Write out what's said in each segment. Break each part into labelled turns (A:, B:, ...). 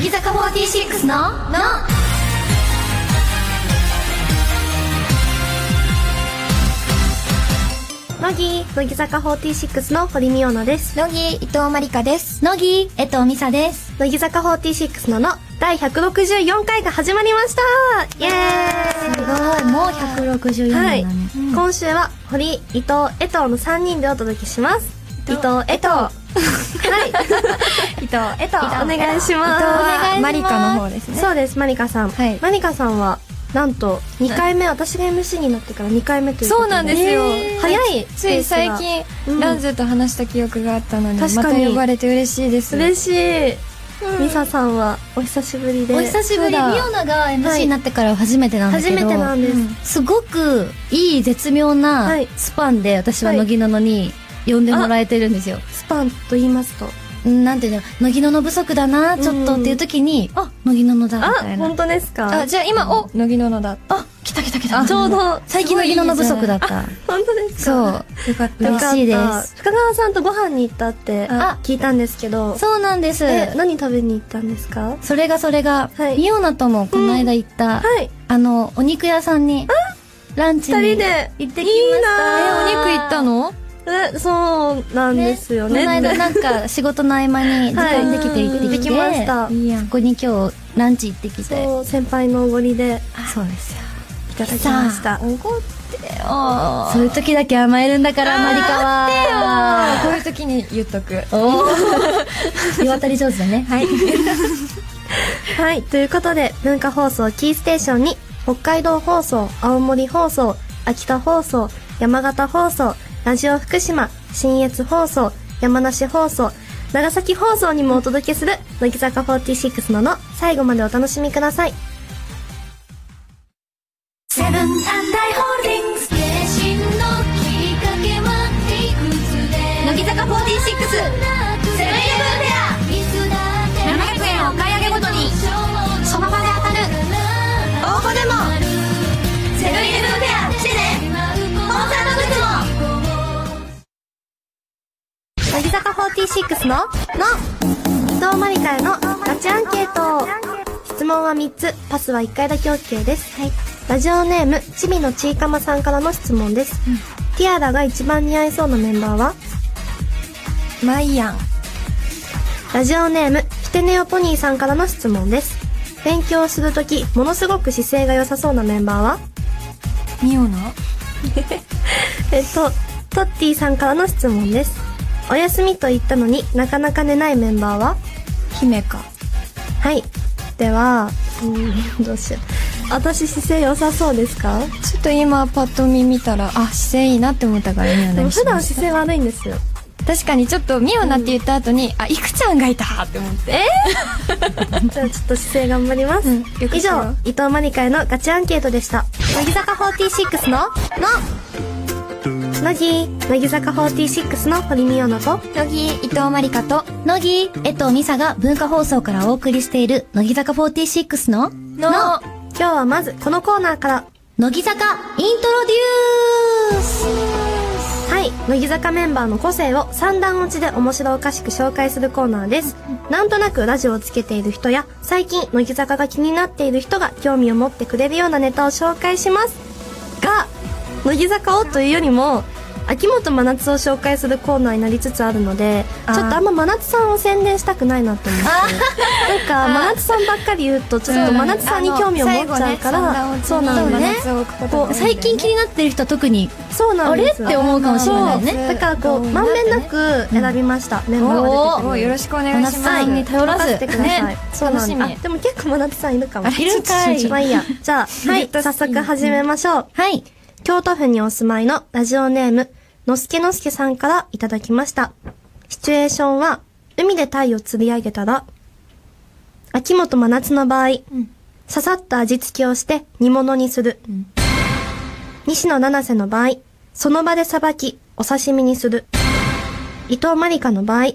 A: 木坂46の「の」
B: 乃木乃木坂46の堀美央奈です
A: 乃木伊藤真理香です乃木江藤美沙です
B: 乃木坂46のの第164回が始まりましたイエーイ
A: すごいもう164
B: は
A: 年
B: い、
A: だね、
B: 今週は堀伊藤江藤の3人でお届けします伊 藤江藤はい
A: 伊藤江藤
B: お願い
A: 伊
B: します
A: 藤お願いします
C: マリカの方ですね。
B: そうですマリカさん、
C: はい
B: マリカさんはなんと2回目私が MC になってから2回目ということ
C: そうなんですよ
B: へー早い
C: つい最近、
B: うん
C: ランズと話した記憶があったのに、ま
B: 確か
C: た
B: に
C: 呼ばれて嬉しいです。
B: 嬉しい
A: うん
B: ミサさんはお久しぶりで
A: お久しぶり
C: そうだ
A: ミオナが
B: は
A: MC
B: い
A: になってから初めてなんだけ
B: 初
A: ど
B: めてなんです、
C: うん
A: すごくいい絶妙な
B: はい
A: スパンで私は
B: はい
A: 乃木ののに呼んでもらえてるんですよ、
B: スパンと言いますと
A: うんなんていうの乃木のの不足だなちょっとっていう時に、あ乃木ののだみ
B: あ
A: たいな
B: 本当ですか
C: あ、じゃあ今、お、乃木ののだっ
A: あ来た来た来た
B: あちょうど
A: 最近乃木のの不足だった
B: 本当ですか
A: そう
C: た。よかった。
A: 嬉しいです
B: よかった深川さんとご飯に行ったって
A: あ
B: 聞いたんですけど
A: そうなんです
B: え何食べに行ったんですか
A: それがそれが、
B: はい
A: ミオナともこの間行った、
B: はい
A: あのお肉屋さんにランチ
B: 二
A: に
B: 人で
A: 行ってきました
B: いいな
C: お肉行ったの
B: ーえそうなんですよね
A: この間なんか仕事の合間に時間できて行ってきて、
B: できました
C: いいや
A: こ。こに今日ランチ行ってきて
B: そう先輩のおごりで
A: そうですよ
B: いただきました
C: おごってよ
A: そういう時だけ甘えるんだからマリカは
C: こういう時に言っとく。
A: おー湯渡り上手だねはい
B: はいということで文化放送キーステーションに北海道放送青森放送秋田放送山形放送ラジオ福島信越放送山梨放送長崎放送にもお届けする乃木坂46のの最後までお楽しみください
A: セブンアンダイホールディングスのきっかけはいくつで乃木坂46セブンイレブンフェア700円お買い上げごとにその場で当たる応募でもセブンイレブンフェアしてねコンサートグッズも
B: 乃木坂46の「の」伊藤真理香へのガチアンケート質問は3つパスは1回だけ OK です、ラジオネームちびのちいかまさんからの質問です、ティアラが一番似合いそうなメンバーは
C: マイアン。
B: ラジオネームひてねおポニーさんからの質問です勉強するときものすごく姿勢が良さそうなメンバーは
C: ミオナ
B: えっとトッティさんからの質問ですお休みと言ったのになかなか寝ないメンバーは
C: 姫か。
B: はい。では、うーん、どうしよう。私姿勢良さそうですか
C: ちょっと今、パッと見見たら、あ、姿勢いいなって思ったから、ミ
B: で
C: オナ
B: も
C: にし
B: 普
C: ま
B: 段
C: した。
B: 姿勢悪いんですよ。
C: 確かにちょっと、ミオナって言った後に、あ、いくちゃんがいたって思って。
B: じゃあちょっと姿勢頑張ります。
C: うんよく
B: 以
C: しよ
B: 上
C: う、
B: 伊藤マリカへのガチアンケートでした。乃木坂46の、の乃木、乃木坂46の堀美央奈と、
A: 乃木伊藤まりかと乃木江藤美沙が文化放送からお送りしている乃木坂46の
C: の、
B: 今日はまずこのコーナーから、
A: 乃木坂イントロデュース
B: はい、乃木坂メンバーの個性を三段落ちで面白おかしく紹介するコーナーです。なんとなくラジオをつけている人や、最近乃木坂が気になっている人が興味を持ってくれるようなネタを紹介します。が、乃木坂をというよりも、秋元真夏を紹介するコーナーになりつつあるので、ち
C: あ
B: ょ
C: ー
B: っとあんま真夏さんを宣伝したくないなと思って。なんか、真夏さんばっかり言うと、ちょっと真夏さんに興味を持っちゃうから、
C: そ
B: そう
C: う
B: な
C: なんん
B: だ
C: だ
B: ね
C: ね。
B: こう
A: 最近気になってる人は特に
B: そうなんですよ
A: あれって思うかもしれないね
B: そうだからこう
C: そう
B: まんべんなく選びました、メンバーが出てく
C: もう
B: る
C: よろ
B: し
C: しくお願いします。
A: 真夏さんに頼らず
B: 任せてください、
C: ね
B: そうなんだ
C: 楽しみ
B: あでも結構真夏さんいるかも
C: あれいるんか
B: ちょ
C: い
B: っとまあいいやじゃあは
C: め
B: い
C: っちゃ好き
B: 早速始めましょう、
A: はい
B: 京都府にお住まいのラジオネームのすけのすけさんからいただきましたシチュエーションは海で鯛を釣り上げたら秋元真夏の場合、ささっと味付けをして煮物にする、西野七瀬の場合、その場でさばき、お刺身にする。伊藤まりかの場合、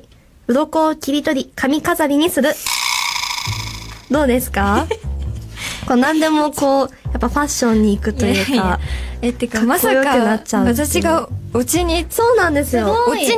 B: 鱗を切り取り、髪飾りにする。どうです かこう何でもこう、やっぱファッションに行くというか。
C: いやいやえ、ってか、
B: か
C: ま
B: っこ
C: さ
B: よくなっちゃ
C: か
B: う、
C: 私がお家に、
B: そうなんです
A: すご
B: よ。
C: お家に行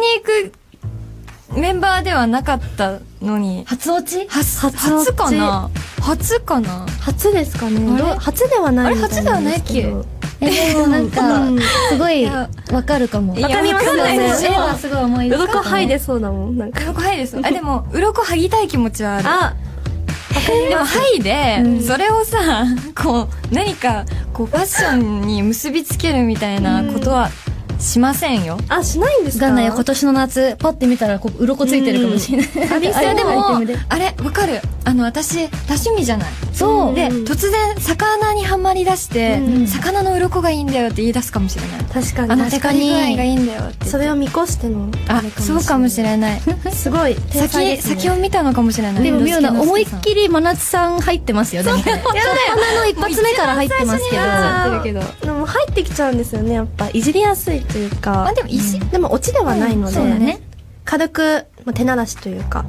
C: くメンバーではなかったのに、
A: 初落ち
C: 初、
B: 初
C: 初かな初かな
B: 初ですかね
C: あれ
B: どう初ではないみたいんす
C: あれ初では
B: ど
A: えでもなんか、すごい、わかるかも。
C: いや
B: わかりますよね
C: わかんないでし
A: 絵
C: ょ
A: はすごい思い浮かぶ。
B: 鱗はいでそうだもんなんか
C: 鱗はいですよあ、でも、鱗剥ぎたい気持ちはある。
B: あ
C: でも、はいで、
A: うん
C: それをさ、こう、何か、こう、ファッションに結びつけるみたいなことはしませんよ。
B: あしないんです
A: わか
B: か
A: んないよ、今年の夏、パッて見たら、こう、鱗ついてるかもしれない。
C: あれ
A: あれ
C: で
A: アイ
C: も
A: テムで、
C: あれ、わかる。あの、私、多趣味じゃない。
A: そうう。
C: で、
B: ん
C: 突然、魚にハマり出して、
B: うん
C: 魚の鱗がいいんだよって言い出すかもしれない。
B: 確か
C: あ
B: に
C: の、
B: 確
C: テ
B: か
C: カ
B: に
C: リ具合がいいんだよって。
B: それを見越しての
C: あ、そうかもし
B: ない
C: れない。
B: すごい天才
C: 先、
B: ですね
C: 先を見たのかもしれない。
A: でも、みおな、
C: のすけ
A: 思いっ
C: さん
A: きり真夏さん入ってますよね。やだよ花の一発目から入ってますけど。
B: あーでも入ってきちゃうんですよねやっぱいじりやすいというか
C: まあでも、
B: い
C: 石、
B: じでもオチではないので、
A: そうだね。
B: 軽く、まあ、手慣らしというか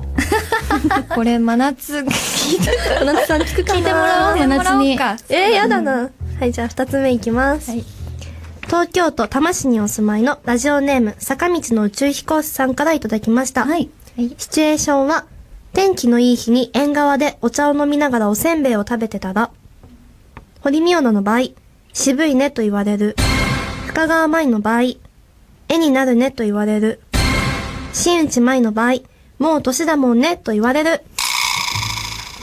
C: これ、真夏、聞いて
B: 真夏さん聞くかな聞いても
A: らおう真夏に
C: か。
B: えー、やだな、はいじゃあ2つ目いきます、
A: はい
B: 東京都多摩市にお住まいのラジオネーム坂道の宇宙飛行士さんからいただきました、
A: はい。
B: シチュエーションは、天気のいい日に縁側でお茶を飲みながらおせんべいを食べてたら、堀美央奈の場合、渋いねと言われる。深川舞の場合、絵になるねと言われる。新内舞の場合、もう年だもんねと言われる。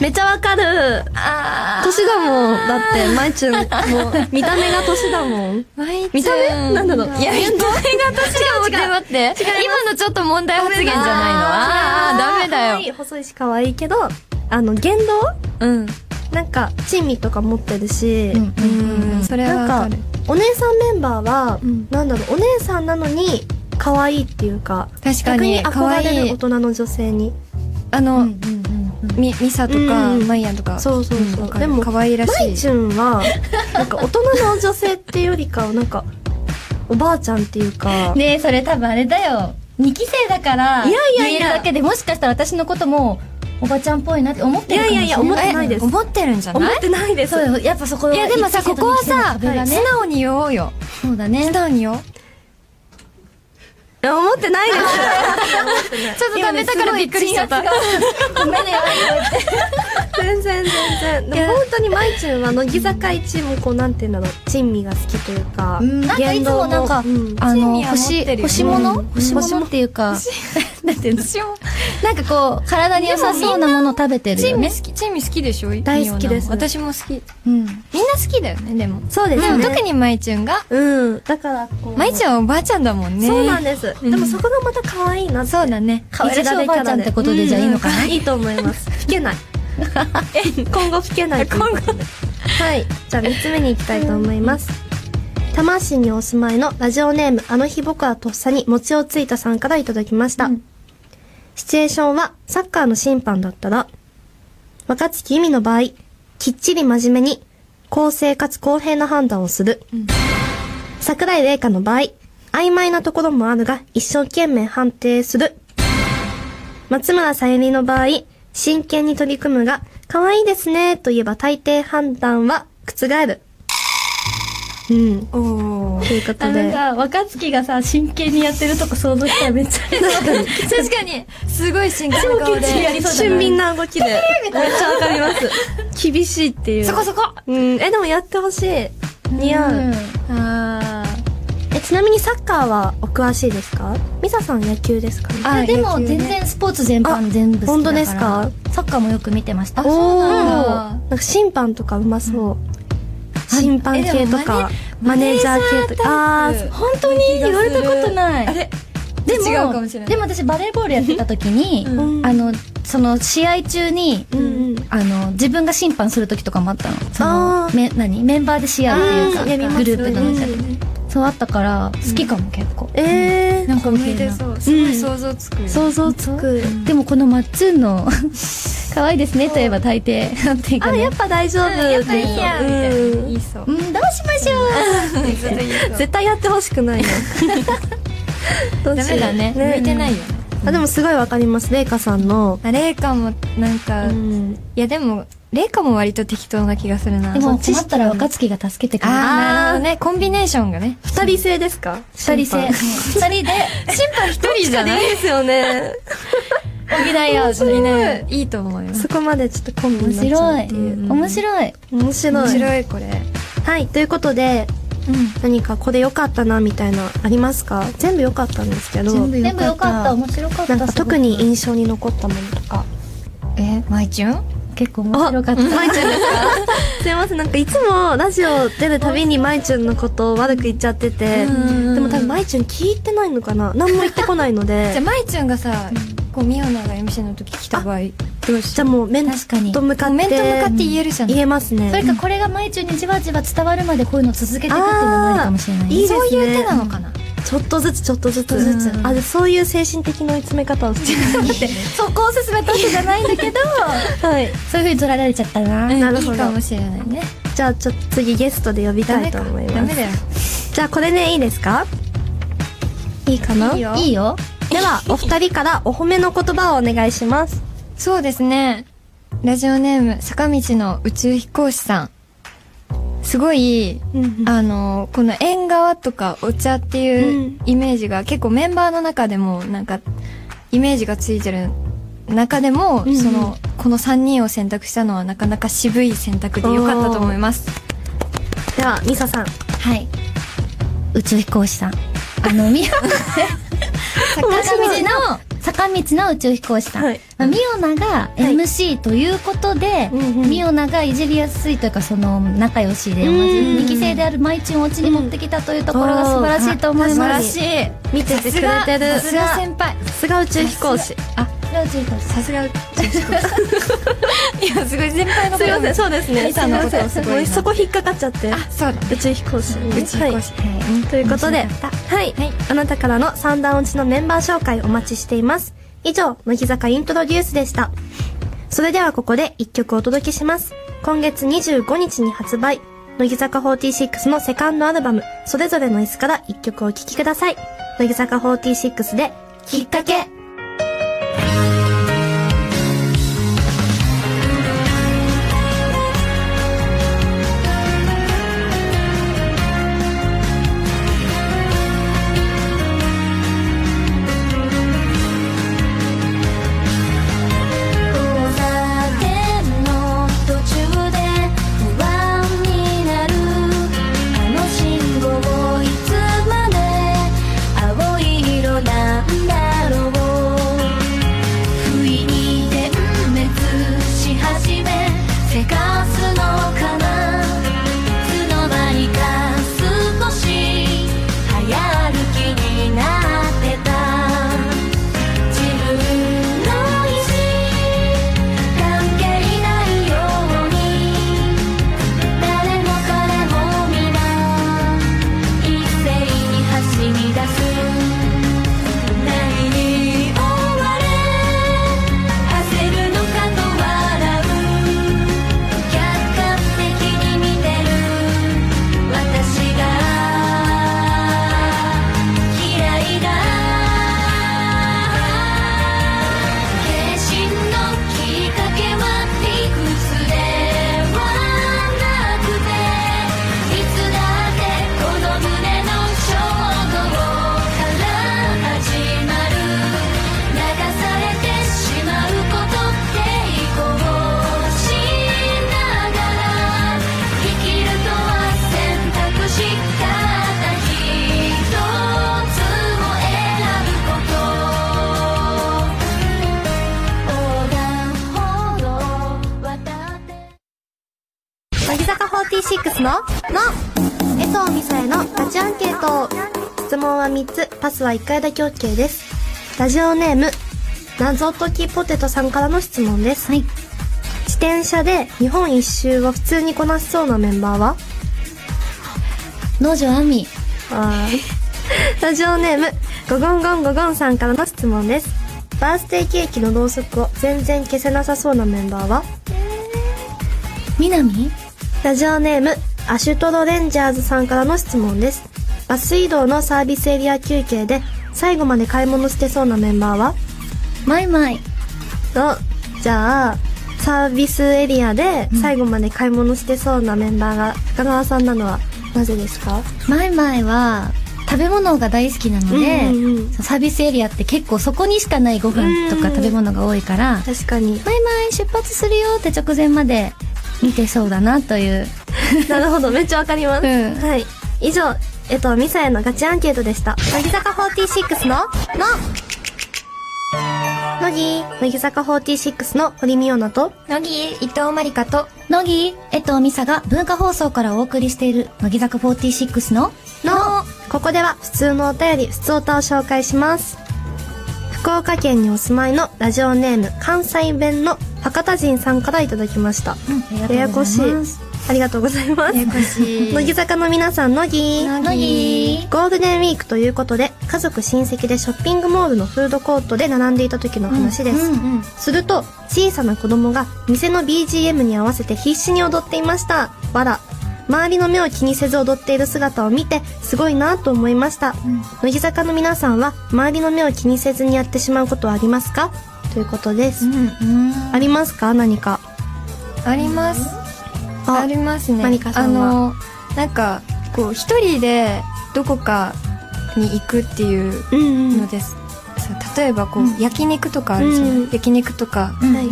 B: めちゃわかる。年だもん。だって、舞ちゅん、もう、 見た目が年だもん。
C: 見た目
B: なんだろう
C: いや、見た目が 私が待って待って。今のちょっと問題発言じゃないのああー、ダメだよ。
B: よ。細いし可愛いけど、あの、言動
C: うん。
B: なんか、珍味とか持ってるし、
A: うん
C: うん。それはわ
B: な
C: か
B: ん
C: る
B: か。、お姉さんメンバーは、
C: ん
B: なんだろう、お姉さんなのに、可愛いっていうか、
C: 確か
B: 逆
C: に
B: に、
C: 可
B: 憧れ
C: 愛
B: る
C: い
B: 大。人の女性に。
C: あ
A: うんう
C: の、
A: んうんうん。
C: み、ミサとか、
B: うん
C: マイアンとか。
B: そうそうそう
C: わかる
B: でも
C: 可愛いら
B: ま
C: し
B: い
C: い
B: ち。ゅんは、なんか大人の女性っていうよりかは、なんか、おばあちゃんっていうか、
A: ねえ、それ多分あれだよ。2期生だから、
B: いやいやいや
A: 言えるだけで、もしかしたら私のことも、おばちゃんっぽいなって思ってるかもしれない。
B: いやいやいや思ってないです
C: え思ってるんじゃ
B: 思
C: ない
B: ってないです。
A: そうよ、やっぱそこ
C: いや、でもさ、ここはさ、
A: 一期生と二期生の壁がね
C: 素直に言おうよ。
A: そうだね
C: 素。直に言おう。
B: いや思ってないです。
C: ちょっと食べたからびっくりしちゃった。
A: ごめんね、
B: 全然全然。でも本当にまいちゅんは、乃木坂一もこう、なんていうんだろう、珍味が好きというか、
A: うんなんかいつもなんか
B: 言動 も
A: あ
C: 珍
A: の、
C: 味は持って
A: 星、
C: るよ
A: 星物、
B: うん
A: 星物っていうか、 なんていうの
C: 私も。
A: なんかこう、体に良さそうなもの食べてる
C: チ
A: よ
C: ーム
A: ね。
C: 好き、チーム好きでしょ
B: 大好きです
C: ミオナも私も好き。みん
A: うん。
C: な好きだよね、でも。
B: そうで
C: ですも
B: ね。
C: 特に舞ちゃんが、
B: うん。だから、こう。
C: 舞ちゃんはおばあちゃんだもんね。
B: そうなんです。でもそこがまた可愛いなって。
C: そうだね。
A: 可愛らしいおばあちゃんってことでじゃあいいのかな。
B: うんいいと思います。吹けない。今後吹けない。今後。はい。じゃあ3つ目に行きたいと思います。多摩市にお住まいのラジオネーム、あの日僕はとっさに餅をついたさんからいただきました。シチュエーションはサッカーの審判だったら、若月由美の場合、きっちり真面目に、公正かつ公平な判断をする。桜井玲香の場合、曖昧なところもあるが、一生懸命判定する。松村さゆりの場合、真剣に取り組むが、可愛いですね、と言えば大抵判断は覆る。うん。
C: おー
B: というこ
A: あ
B: と
A: なん
B: で。
A: か、若月がさ、真剣にやってるとこ想像したらめっちゃ、なんか、
C: 確かに、すごい真剣な顔で。
A: やりそうだな
B: 俊敏な動きで、 めっちゃわかります。厳しいっていう。
C: そこそこ
B: うん。え、でもやってほしい。似合う。
C: あ
B: え、ちなみにサッカーはお詳しいですかミサさん野球ですかね
C: あ
A: あ、でも
C: 野球ね
A: 全然スポーツ全般全部好きだから。
B: あ本当ですか
A: サッカーもよく見てました。
B: おおー
C: なんだ
B: なんか審判とかうまそう、審判系とか
C: え
B: マネージャー系とかあ
C: あ
B: ー
C: ー、
A: 本当に言われたことない。
C: あれ
A: でも
C: 違うかもしれない
A: でも私バレーボールやってた時に、
B: うん
A: あの、その試合中に、
B: うん
A: あの、自分が審判する時とかもあったの。その
B: あ、ー
A: め、何メンバーでシェアっていうか、
B: うんやります
A: グループの中
B: う
A: で。そうあったから、好きかも結構。
B: え
A: なんか
C: 向
A: 見
C: い
A: て
C: て
A: るな
C: そう。すごい想像つくよ。
B: ー、想像つく
A: でもこのマッツンの、 可愛いですねと言えば大抵、なんていう
B: あ
A: か
B: ー
A: ね
B: やっぱ大丈夫
C: うんやっぱいいや、みたいな。
B: うん
C: 言いそう。
A: うん、どうしましょ
C: ずっと言いそう。
B: 絶対やってほしくないよどう
C: ダ
B: しよ
C: メ
B: う
C: だね。向いてないよね。
B: あでもすごいわかりますレイカさんの
C: あれかも、なんか、
B: うん
C: いやでも、レイカも割と適当な気がするな。
A: で
C: そ
A: も
C: っち
A: 困ったら若月が助けてくれる。
C: ああ、なるほどね。コンビネーションがね。
B: 二人制ですか
A: 二人 制。二人で
C: 審判一人じゃない
B: いいですよね。
A: 補い合う。
C: いねいいと思います。
B: そこまでちょっとコンビ
A: 面
B: になっち
A: 白
B: ゃう
A: い。
B: っていう。
A: 面白い。
B: 面白
C: 面
B: い。
C: 白い、これ。
B: はい、ということで、何かこれ良かったなみたいなありますか全部良かったんですけど。
A: 全部良かった。面白かった。
B: なんか特に印象に残ったものとか。
C: え、マイチュン
A: 結構面白かった。
B: まいちゅんですかすいません、なんかいつもラジオ出るたびにまいちゅんのことを悪く言っちゃってて、
C: うん
B: でも多分まいちゅん聞いてないのかな何も言ってこないの
C: じゃあ、
B: で、
C: マイチュンがさ、こう、ミオナが MC の時来た場合、どうし
B: じゃあもう面
A: 確かに
B: と向かっ
C: コ
B: て、
C: メント向かって言えるじゃん。
B: 言えますね。
A: それかこれが毎中にじわじわ伝わるまでこういうの続けていくっていうのもありかもしれないね。
B: あーいいです
A: そ
B: ね
A: ういう手なのかな。
B: ちょっとずつちょっとずつ。
A: ずつ
B: あ、でそういう精神的な追い詰め方をして る。
A: そこを勧めたわけじゃないんだけど、そう
B: はい。
A: いう風に取られちゃったな。
C: うん
B: なるほど
C: いいかもしれないね。
B: じゃあちょっと次ゲストで呼び
C: ダ
B: たい
C: メ
B: と
C: か。
B: 思います。
C: ダメだよ。
B: じゃあこれね、いいですかいいかない
C: いよ
A: いいよ。
B: で は、お二人からお褒めの言葉をお願いします。
C: そうですね。ラジオネーム、坂道の宇宙飛行士さん。すごい、あの、この縁側とかお茶っていううんイメージが、結構メンバーの中でも、なんか、イメージがついてる中でも、
B: うん
C: その、この3人を選択したのはなかなか渋い選択でよかったと思います。
B: では、ミサさん。
A: はい。宇宙飛行士さん。あの、み坂道の、坂道の宇宙飛行士さん。
B: はい
A: まあ、ミオナが MC ということで、
B: うんうん
A: ミオナがいじりやすいというか、その、仲良しで、同じ
B: うん
A: 2期生であるマイチュンをお家に持ってきたというところが素晴らしいと思います。
B: 素
A: い。
B: 晴らしい。見ててくれてる。
C: さすが先輩。
B: すが宇宙飛行士。
C: あ、
A: 宇宙飛行士さん
C: さすが宇宙飛行 士。いや、すごい先輩の
B: すいません、そうですね。
C: ミサのことをすごいな
B: もうそこ引っかかっちゃって。
C: あ、そうだ。
B: 宇宙飛行士。
C: 宇宙飛行
B: は
C: 士。
B: い。ということで、はい
C: はい。
B: あなたからの三段落ちのメンバー紹介お待ちしています。以上、乃木坂イントロデュースでした。それではここで一曲お届けします。今月25日に発売、乃木坂46のセカンドアルバム、それぞれの椅子から一曲お聴きください。乃木坂46で、きっかけ。
D: 交差点の途中で不安になるあの信号いつまで青い色なんだろう不意に点滅し始めせかすのかないつの間にか少し早歩きになってた自分の意思関係ないように誰も彼も皆一斉に走り出す何に追われ焦るのかと笑う客観的に見てる私が嫌いだ「決心のきっかけはいくつではなくて」「いつだってこの胸の衝動から始まる」「流されてしまうこと抵抗しながら」「生きるとは選択しかたひとつを選ぶこと」横断歩道渡って
B: 乃木坂46のの江藤美沙へのガチアンケート質問は3つパスは1回だけ OK ですラジオネーム謎解きポテトさんからの質問です、
A: はい
B: 自転車で日本一周を普通にこなしそうなメンバーは
A: 農場亜美。
B: あーラジオネームゴゴンゴンゴゴンさんからの質問ですバースデーケーキのろうそくを全然消せなさそうなメンバーは
A: 南
B: ラジオネームアシュトロレンジャーズさんからの質問ですバス移動のサービスエリア休憩で最後まで買い物してそうなメンバーは
A: マイマイ。
B: のじゃあサービスエリアで最後まで買い物してそうなメンバーが深川さんなのはなぜですか
A: マイマイは食べ物が大好きなので、
B: うんうんうん
A: サービスエリアって結構そこにしかないご飯とか食べ物が多いから、
B: 確かに
A: マイマイ出発するよって直前まで見てそうだなという
B: なるほどめっちゃわかります、
A: うん
B: はい以上えっとミサへのガチアンケートでした乃木坂46の「の」乃木乃木坂46の堀美央奈と
C: 乃木、伊藤まりかと、
A: 乃木江藤美沙が文化放送からお送りしている乃木坂46の
B: のここでは普通のお便り普通歌を紹介します福岡県にお住まいのラジオネーム関西弁の博多人さんからいただきました、
A: あ
B: ややこしいありがとうございます
C: ややこしい。
B: 乃木坂の皆さん乃木
A: 乃木
B: ゴールデンウィークということで家族親戚でショッピングモールのフードコートで並んでいた時の話です、
C: うんうん。
B: すると小さな子供が店の BGM に合わせて必死に踊っていましたわら周りの目を気にせず踊っている姿を見てすごいなと思いました、乃木坂の皆さんは周りの目を気にせずにやってしまうことはありますかということです、ありますか何か
C: あります。
B: あ
C: ありますね。
B: まりかさんは
C: あの、なんか、こう、一人でどこかに行くっていう
B: うんうん
C: のです。そう例えばこう、
A: うん
C: 焼肉とかあるじゃない、
B: うん
C: 焼肉とか、
B: はい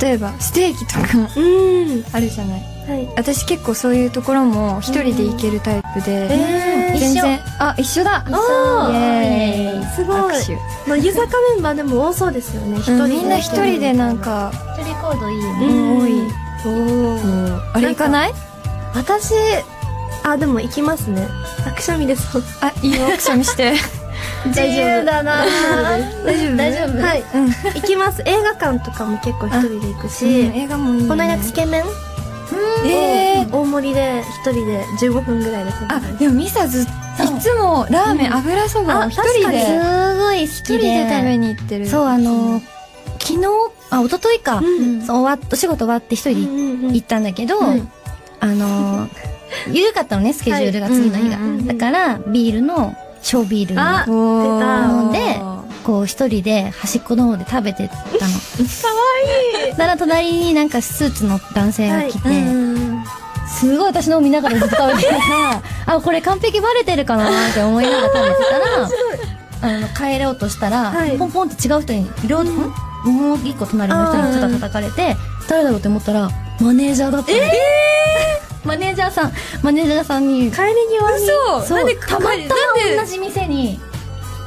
C: 例えばステーキとか
B: うん
C: あるじゃない
B: はい
C: 私結構そういうところも一人で行けるタイプで、
B: え
C: 全然あ一緒だ
B: おー
C: イエーイ
B: すごい
C: 握
B: 乃木坂メンバーでも多そうですよね一
C: 手、
B: 人で
C: うんみんな一人でなんか、
A: 一人行動いいよ
B: う
A: ね
B: ん
C: 多い
B: おー
C: あれ行かない
B: 私あでも行きますねあくしゃみです
C: あいいよくしゃみして
B: 自由だ な
C: 大丈夫
A: 大丈夫
B: はい、
C: うん
B: 行きます映画館とかも結構一人で行くし、
C: うん映画もいいね
B: この間つけ麺を
C: えー
B: 大盛りで一人で15分ぐらいで食べ
C: あ
B: ました
C: でもミサずいつもラーメン、油そばを一人
B: あ
C: です
A: ごい好
C: 一人
A: き
C: で食べ
A: で
C: に行ってる
A: そうあの昨日あ一昨日か、
B: うん
A: そう終わっお仕事終わって一人で行っ
B: うんうん
A: 行ったんだけど、
B: うん
A: あのー緩かったのねスケジュールが
C: はい
A: 次の日が、
C: うんうん
B: うん
A: だからビールの小ビール
B: あ
A: を
C: お
A: 飲んで
C: ー
A: こう一人で端っこの方で食べてたのか わいいたら隣になんかスーツの男性が来て、
B: はいうん
A: すごい私のを見ながらずっと食べてたあこれ完璧バレてるかなって思いながら食べてたらあの帰ろうとしたら、
B: はい
A: ポンポンって違う人に両、んもう一個隣の人にちょっと叩かれて誰だろうって思ったらマネージャーだったえマネージャーさんマネージャーさんに
B: 帰り際に
C: そう
A: そ
C: なんで
A: うたまたま
C: なんで
A: 同じ店に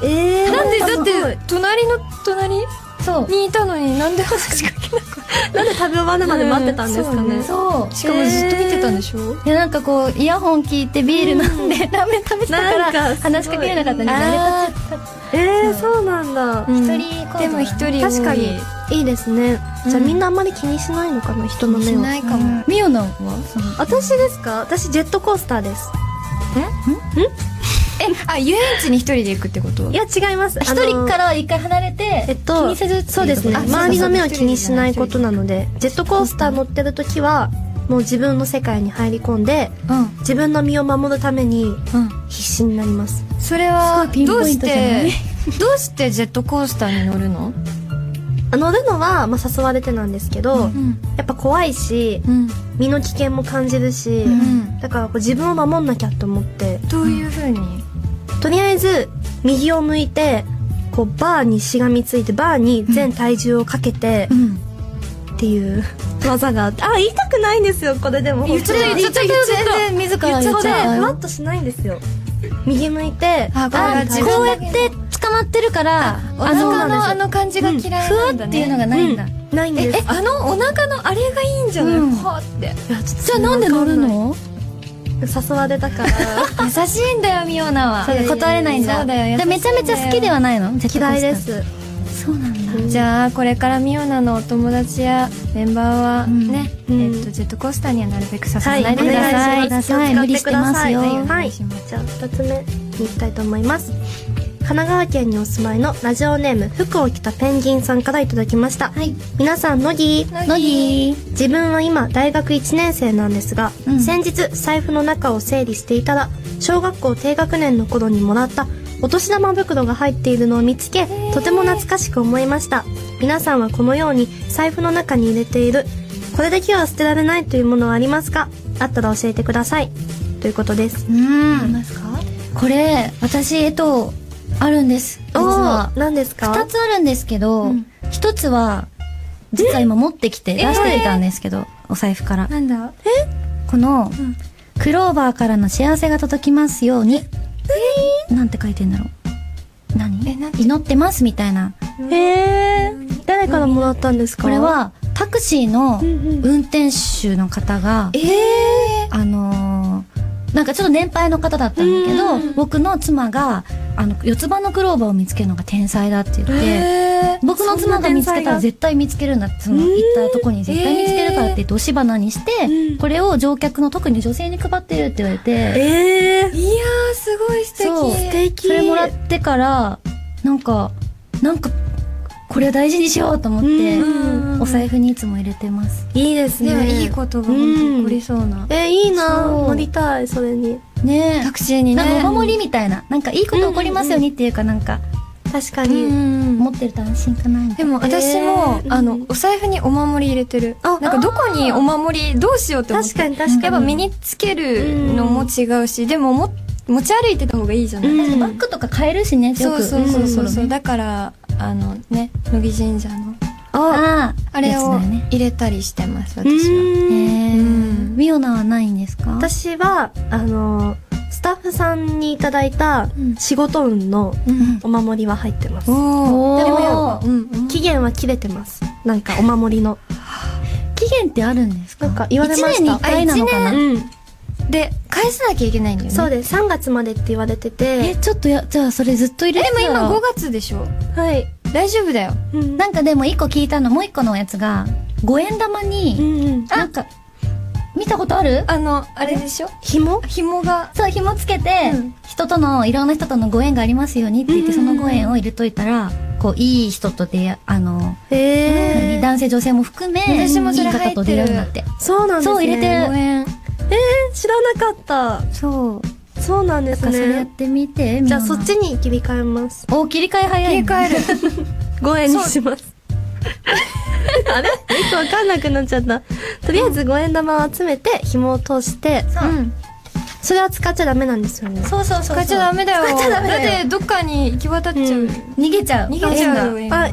B: えー、
C: なん
B: す
C: でだっ
B: ごい
C: て隣の隣
A: そう
C: にいたのになんで話しかけなかっ
B: なんで食べ終わるまで待ってたんですかね,、
C: うん
A: そう
C: たしかもずっと見てたんでしょ、
A: いやなんかこうイヤホン聞いてビール飲んで、ラーメン食べてたから
B: なんかすごい
A: 話しかけられなかったんで
B: あえー、そうなんだ、
C: うん
A: 一人行動
C: でも一人多い
B: 確かにいいですね、じゃあみんなあんまり気にしないのかな人の
C: し
B: 目を
C: ないかも、
A: ミオナはその
B: 私ですか私ジェットコースターです
C: えあ遊園地に一人で行くってこと
B: いや違います
A: 一人かららは一回離れて、
B: えっ
A: 気
B: と
A: にせずってい
B: そうですね
A: とこ
B: 周りの目を気にしないことなのでジェットコースター乗ってる時はもう自分の世界に入り込んで
C: うん
B: 自分の身を守るために
C: うん
B: 必死になります
C: それは
A: すごいピン
C: どう
A: ポイン
C: し
A: トじゃない
C: てどうしてジェットコースターに乗るの
B: あ乗るのは、まあ、誘われてなんですけど、
C: ん
B: やっぱ怖いし
C: うん
B: 身の危険も感じるし、
C: ん
B: だからこう自分を守んなきゃと思って
C: どういうふうに
B: とりあえず右を向いてこうバーにしがみついてバーに全体重をかけて
C: ん
B: っていう技があってあ言いたくないんですよこれでも
C: 言っちゃった言っちゃった言っちゃった
A: 全然自ら
B: そ
A: 言
B: こ
A: っ
B: で
A: ちゃう
B: ふわ
A: よ
B: っとしないんですよ右向いて
C: あこれ
A: あ
C: は自
A: こう
C: 分
A: や
C: だ
A: っ
C: け
A: て捕まってるから
C: お
A: あ
C: 腹
A: の
B: そうなんで
C: の
B: す
C: あの感じが嫌い
A: ふわ
C: な
A: っ
C: んだ
A: ていう
C: ね
A: のがないんだ、
B: うないん
C: え
B: です
C: えあのお腹のあれがいいんじゃない
A: うん
C: ふわって
A: じゃあなんで乗るの
B: 誘われたから
C: 優しいんだよミオナは
A: そうだ断れないんだ
C: そうだよ
A: でめちゃめちゃ好きではないの
B: 嫌いです
A: そうなんだ
C: じゃあこれからミオナのお友達やメンバーは
A: うん
C: ね、
B: うん
C: えっとジェットコースターにはなるべく誘わ
B: は
C: ない
B: い
C: でください、
A: お願いします
B: 気を使
A: 無
B: ってください
A: 理してますよ
B: はい
C: お願いします
B: じゃあ2つ目に行きたいと思います神奈川県にお住まいのラジオネーム服を着たペンギンさんからいただきました、
A: はい
B: 皆さん乃木
A: 乃木
B: 自分は今大学1年生なんですが、
A: うん
B: 先日財布の中を整理していたら小学校低学年の頃にもらったお年玉袋が入っているのを見つけとても懐かしく思いました皆さんはこのように財布の中に入れているこれだけは捨てられないというものはありますかあったら教えてくださいということです
A: うん
C: ますか
A: これ私えっとあるんです実は
B: 何ですか
A: 2つあるんですけ
B: う
A: ど
B: ん
A: 1つは実は今持ってきて出してきたんですけどお財布から
C: なんだ
A: この
B: ん
A: 「クローバーからの幸せが届きますように」なんて書いてんだろう何
C: えなんて
A: 祈ってますみたいな
B: へえ誰からもらったんですか
A: これはタクシーの
B: うんうん
A: 運転手の方が
C: ええ
A: あのーなんかちょっと年配の方だったんだけ
B: う
A: ど
B: ん
A: 僕の妻があの四つ葉のクローバーを見つけるのが天才だって言って
C: え
A: 僕の妻が見つけたら絶対見つけるんだってその行ったとこに絶対見つけるからって言って押し花にして
B: うん
A: これを乗客の特に女性に配ってるって言われて
B: ええ
C: ー、いやーすごい素敵
A: そう
B: 素敵
A: それもらってからなんかなんかこれを大事にしようと思って
B: うん
A: お財布にいつも入れてます
B: いいです
C: でも
B: ね
C: いいことが本当に起こりそうな、
B: えいいな
A: そう
B: 乗りたいそれに
A: ねえ
C: タクシーにね
A: なんかお守りみたいな、なんかいいこと起こりますようにっていうかなんか、
B: 確か
C: うん
B: に
C: うん
A: 持ってると安心かなみた
C: で
A: いな。
C: も私も、
B: えー
C: あ
B: う
C: の
B: ん
C: お財布にお守り入れてる
B: あ
C: なんかどこにお守りどうしようって思って
B: 確かに確か
C: やっぱ身につけるのも違うし、でもも持ち歩いてた方がいいじゃない、
B: うん
A: 確かにバッグとか買えるしね、よ
C: そう
A: く。
C: そうそうそうそう、
A: ん
C: だからあのね乃木神社の
A: ああ、
C: あれを
A: やつだよね
C: 入れたりしてます
B: に
C: 私
A: え
C: は、
B: うん
C: う
A: ー
C: ん
A: ミオナはないんですか
B: 私はあのスタッフさんにいただいた
A: うん
B: 仕事運の
C: うん
B: お守りは入ってます
A: お
C: おー
A: ー
C: でもやっぱうん
B: 期限は切れてますなんかお守りの
A: 期限ってあるんですか
B: なんか言われま
A: 1年
B: した
A: に1回なのか
C: あ
A: な
C: 一
B: うん
C: で返さなきゃいけないんだよね
B: そうです3月までって言われて
A: え、
B: て
A: ちょっとや、じゃあそれずっと入れ
C: え
A: て
C: で
A: た
C: も
A: ら
C: 今5月でしょ
B: はい
C: 大丈夫だよ
B: うん
A: なんかでも1個聞いたの、もう1個のやつが、5円玉
B: う
A: に、
B: んうん
A: なんか、見たことある
C: あのあれでしょ
B: 紐
C: 紐が
A: そう、紐つけて、
B: うん
A: 人との、いろんな人とのご縁がありますようにって言って、
B: うんうんうん
A: そのご縁を入れといたら、こう、いい人と出会、あの、
B: へえ
A: 男性女性も含め、
C: 私もそ
A: い
C: れ
A: い方と出会うんだって。
B: そうなんですね
A: そう入れてる
C: 応援
B: 知らなかった
A: そう。
B: そうなんで
A: だ
B: す
A: からそれやっ
B: ね
A: てみて、
B: じゃあそっち
A: に。
B: に切り替えます
A: お、切り替え早い、
C: 入れ
A: ね。
C: 替える
B: 5円にします。 あれよくわかんなくなっちゃった。とりあえず5円玉を集めて、紐を通して、
A: そう
C: うん
B: それは使っちゃダメなんですよね。
A: そうそうそうそう。
C: 使っちゃダメだよ
A: 使っちゃダメだよ
C: ってどっかに行き渡っちゃう、
B: うん
A: 逃げちゃう。
C: 逃げちゃうよ
A: 円が
B: あ、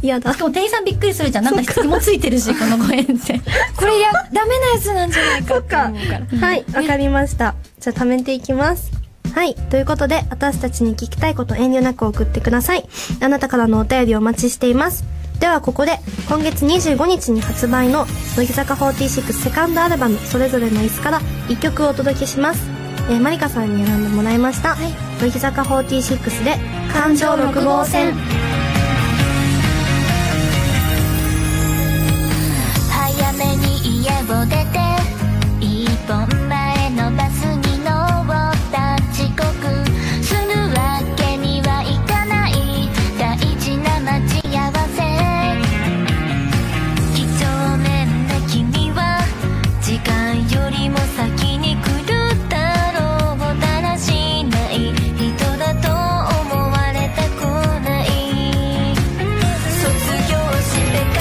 B: 嫌だ
A: し。かも店員さんびっくりするじゃん。なんか紐ついてるし、このご縁って。
C: これやダメなやつなんじゃないかって思うから
B: はい、わかりました。じゃあ、貯めていきます。はい。ということで、私たちに聞きたいこと遠慮なく送ってください。あなたからのお便りをお待ちしています。では、ここで、今月25日に発売の、乃木坂46セカンドアルバム、それぞれの椅子から1曲をお届けします。えー、マリカさんに選んでもらいました。乃木坂46で、感情6号線。
D: 早めに家を出て一本前のバスに乗った遅刻するわけにはいかない大事な待ち合わせ几帳面な君は時間よりも先に来るだろうだらしない人だと思われたくない卒業してか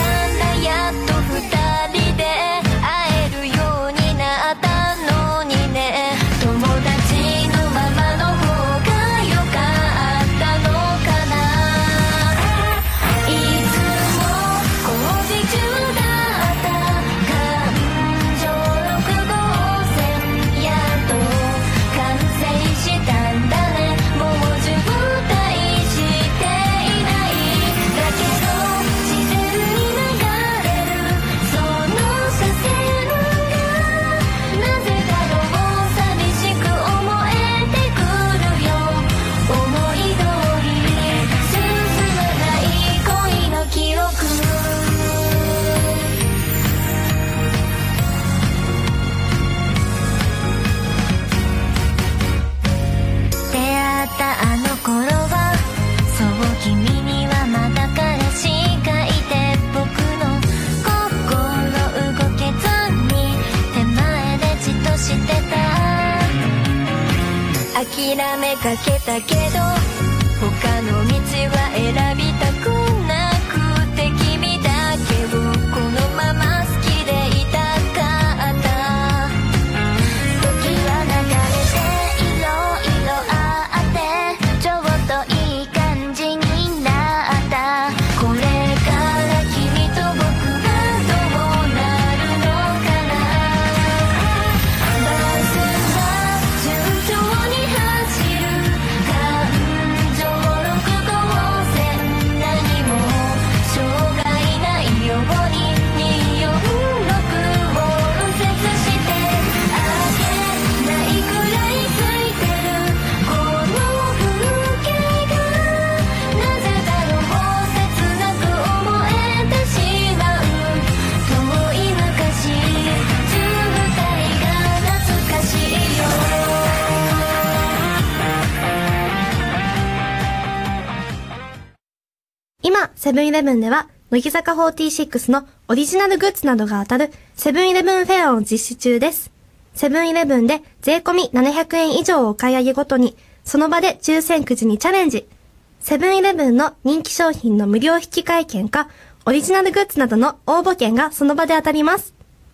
D: らやっと二人で会えるよかけたけど他の道は選びたくなくて君だけをこのまま好きでいたかった時は流れていろいろあってちょっといい感じになったこれから君と僕がどうなるのかなバスは順調に走る感情六号線何も障害ないように246を右折してあげないくらいついてるこの風景がなぜだろう切なく思えてしまう遠い昔渋滞が懐かしいよ
B: 今、セブンイレブンでは、乃木坂46のオリジナルグッズなどが当たるセブンイレブンフェアを実施中です。セブンイレブンで税込み700円以上をお買い上げごとに、その場で抽選くじにチャレンジ。セブンイレブンの人気商品の無料引換券か、オリジナルグッズなどの応募券がその場で当たります。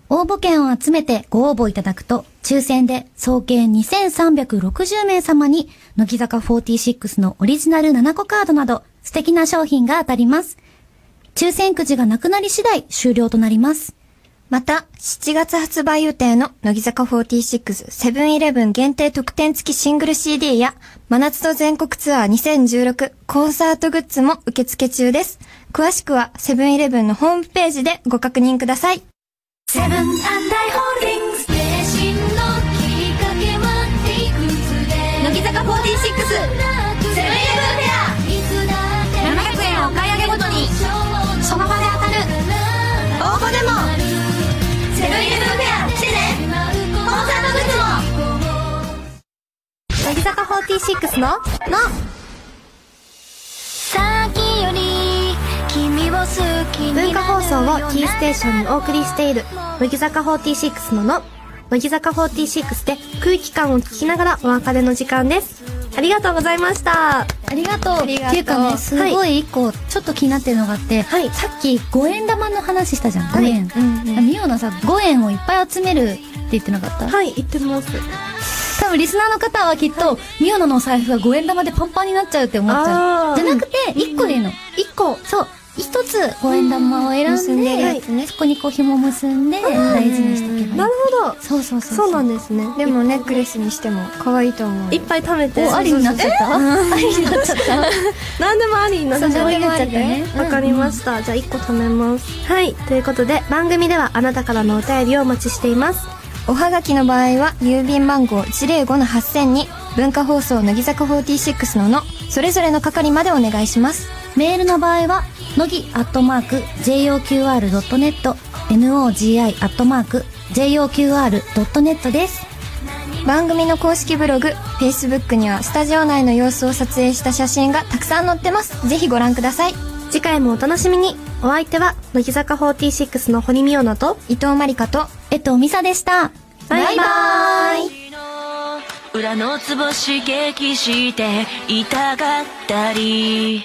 A: 応募券を集めてご応募いただくと、抽選で総計2360名様に、乃木坂46のオリジナル7個カードなど、素敵な商品が当たります。抽選くじがなくなり次第終了となります。
C: また、7月発売予定の乃木坂46セブンイレブン限定特典付きシングル CD や、真夏の全国ツアー2016コンサートグッズも受付中です。詳しくはセブンイレブンのホームページでご確認ください。
D: セブンアンダイホールディングス青春のきっかけはいくつで乃木坂46セブンイレブンフェア700円お買い上げごとにその場で当たる応募でもセブンイレブンフェア来てねコンサートグッズも
B: 乃木坂46の、の、
D: さっきより君を好きに
B: 文化放送をキーステーションにお送りしている乃木坂46のの乃木坂46で空気感を聞きながらお別れの時間ですありがとうございました
A: ありがとう
C: りがとう
A: っていうかね、すごい一個、ちょっと気になってるのがあって、
B: はい
A: さっき五円玉の話したじゃん、五
B: い
A: 円。
C: うん
A: ミオナさ、5円をいっぱい集めるって言ってなかった
B: はい言ってます
A: 多分リスナーの方はきっと、ミオナのお財布が5円玉でパンパンになっちゃうって思っちゃ
B: あ
A: う。
B: ー
A: じゃなくて、1個でいいの。1個。そう。1つ5円玉を選
C: 結
A: ん
C: ん
A: で、
C: でるやつね
A: そこにこう紐結んで、大事にしとけばい
B: ないる。ほど
A: そうそうそう。
B: そうなんですね
C: でもネックレスにしても可愛いと思う
B: いっ。ぱい食べて
A: お、ありになっちゃった ありになっちゃった。
B: 何でもありになっちゃう
A: そう何でもありだね
B: わかりました。じゃあ1個貯めます。はい。ということで、番組ではあなたからのお便りをお待ちしています。
C: おはがきの場合は郵便番号105-8000に文化放送乃木坂46ののそれぞれの係までお願いします
A: メールの場合は、のぎアットマーク、joqr.net、nogi アットマーク、joqr.net です。
C: 番組の公式ブログ Facebook にはスタジオ内の様子を撮影した写真がたくさん載ってますぜひご覧ください
B: 次回もお楽しみに。お相手は、乃木坂46の堀美央奈と、
C: 伊藤まりかと
A: えっと、みさでした。
B: バイバーイ
E: 裏のつぼ刺激して痛がったり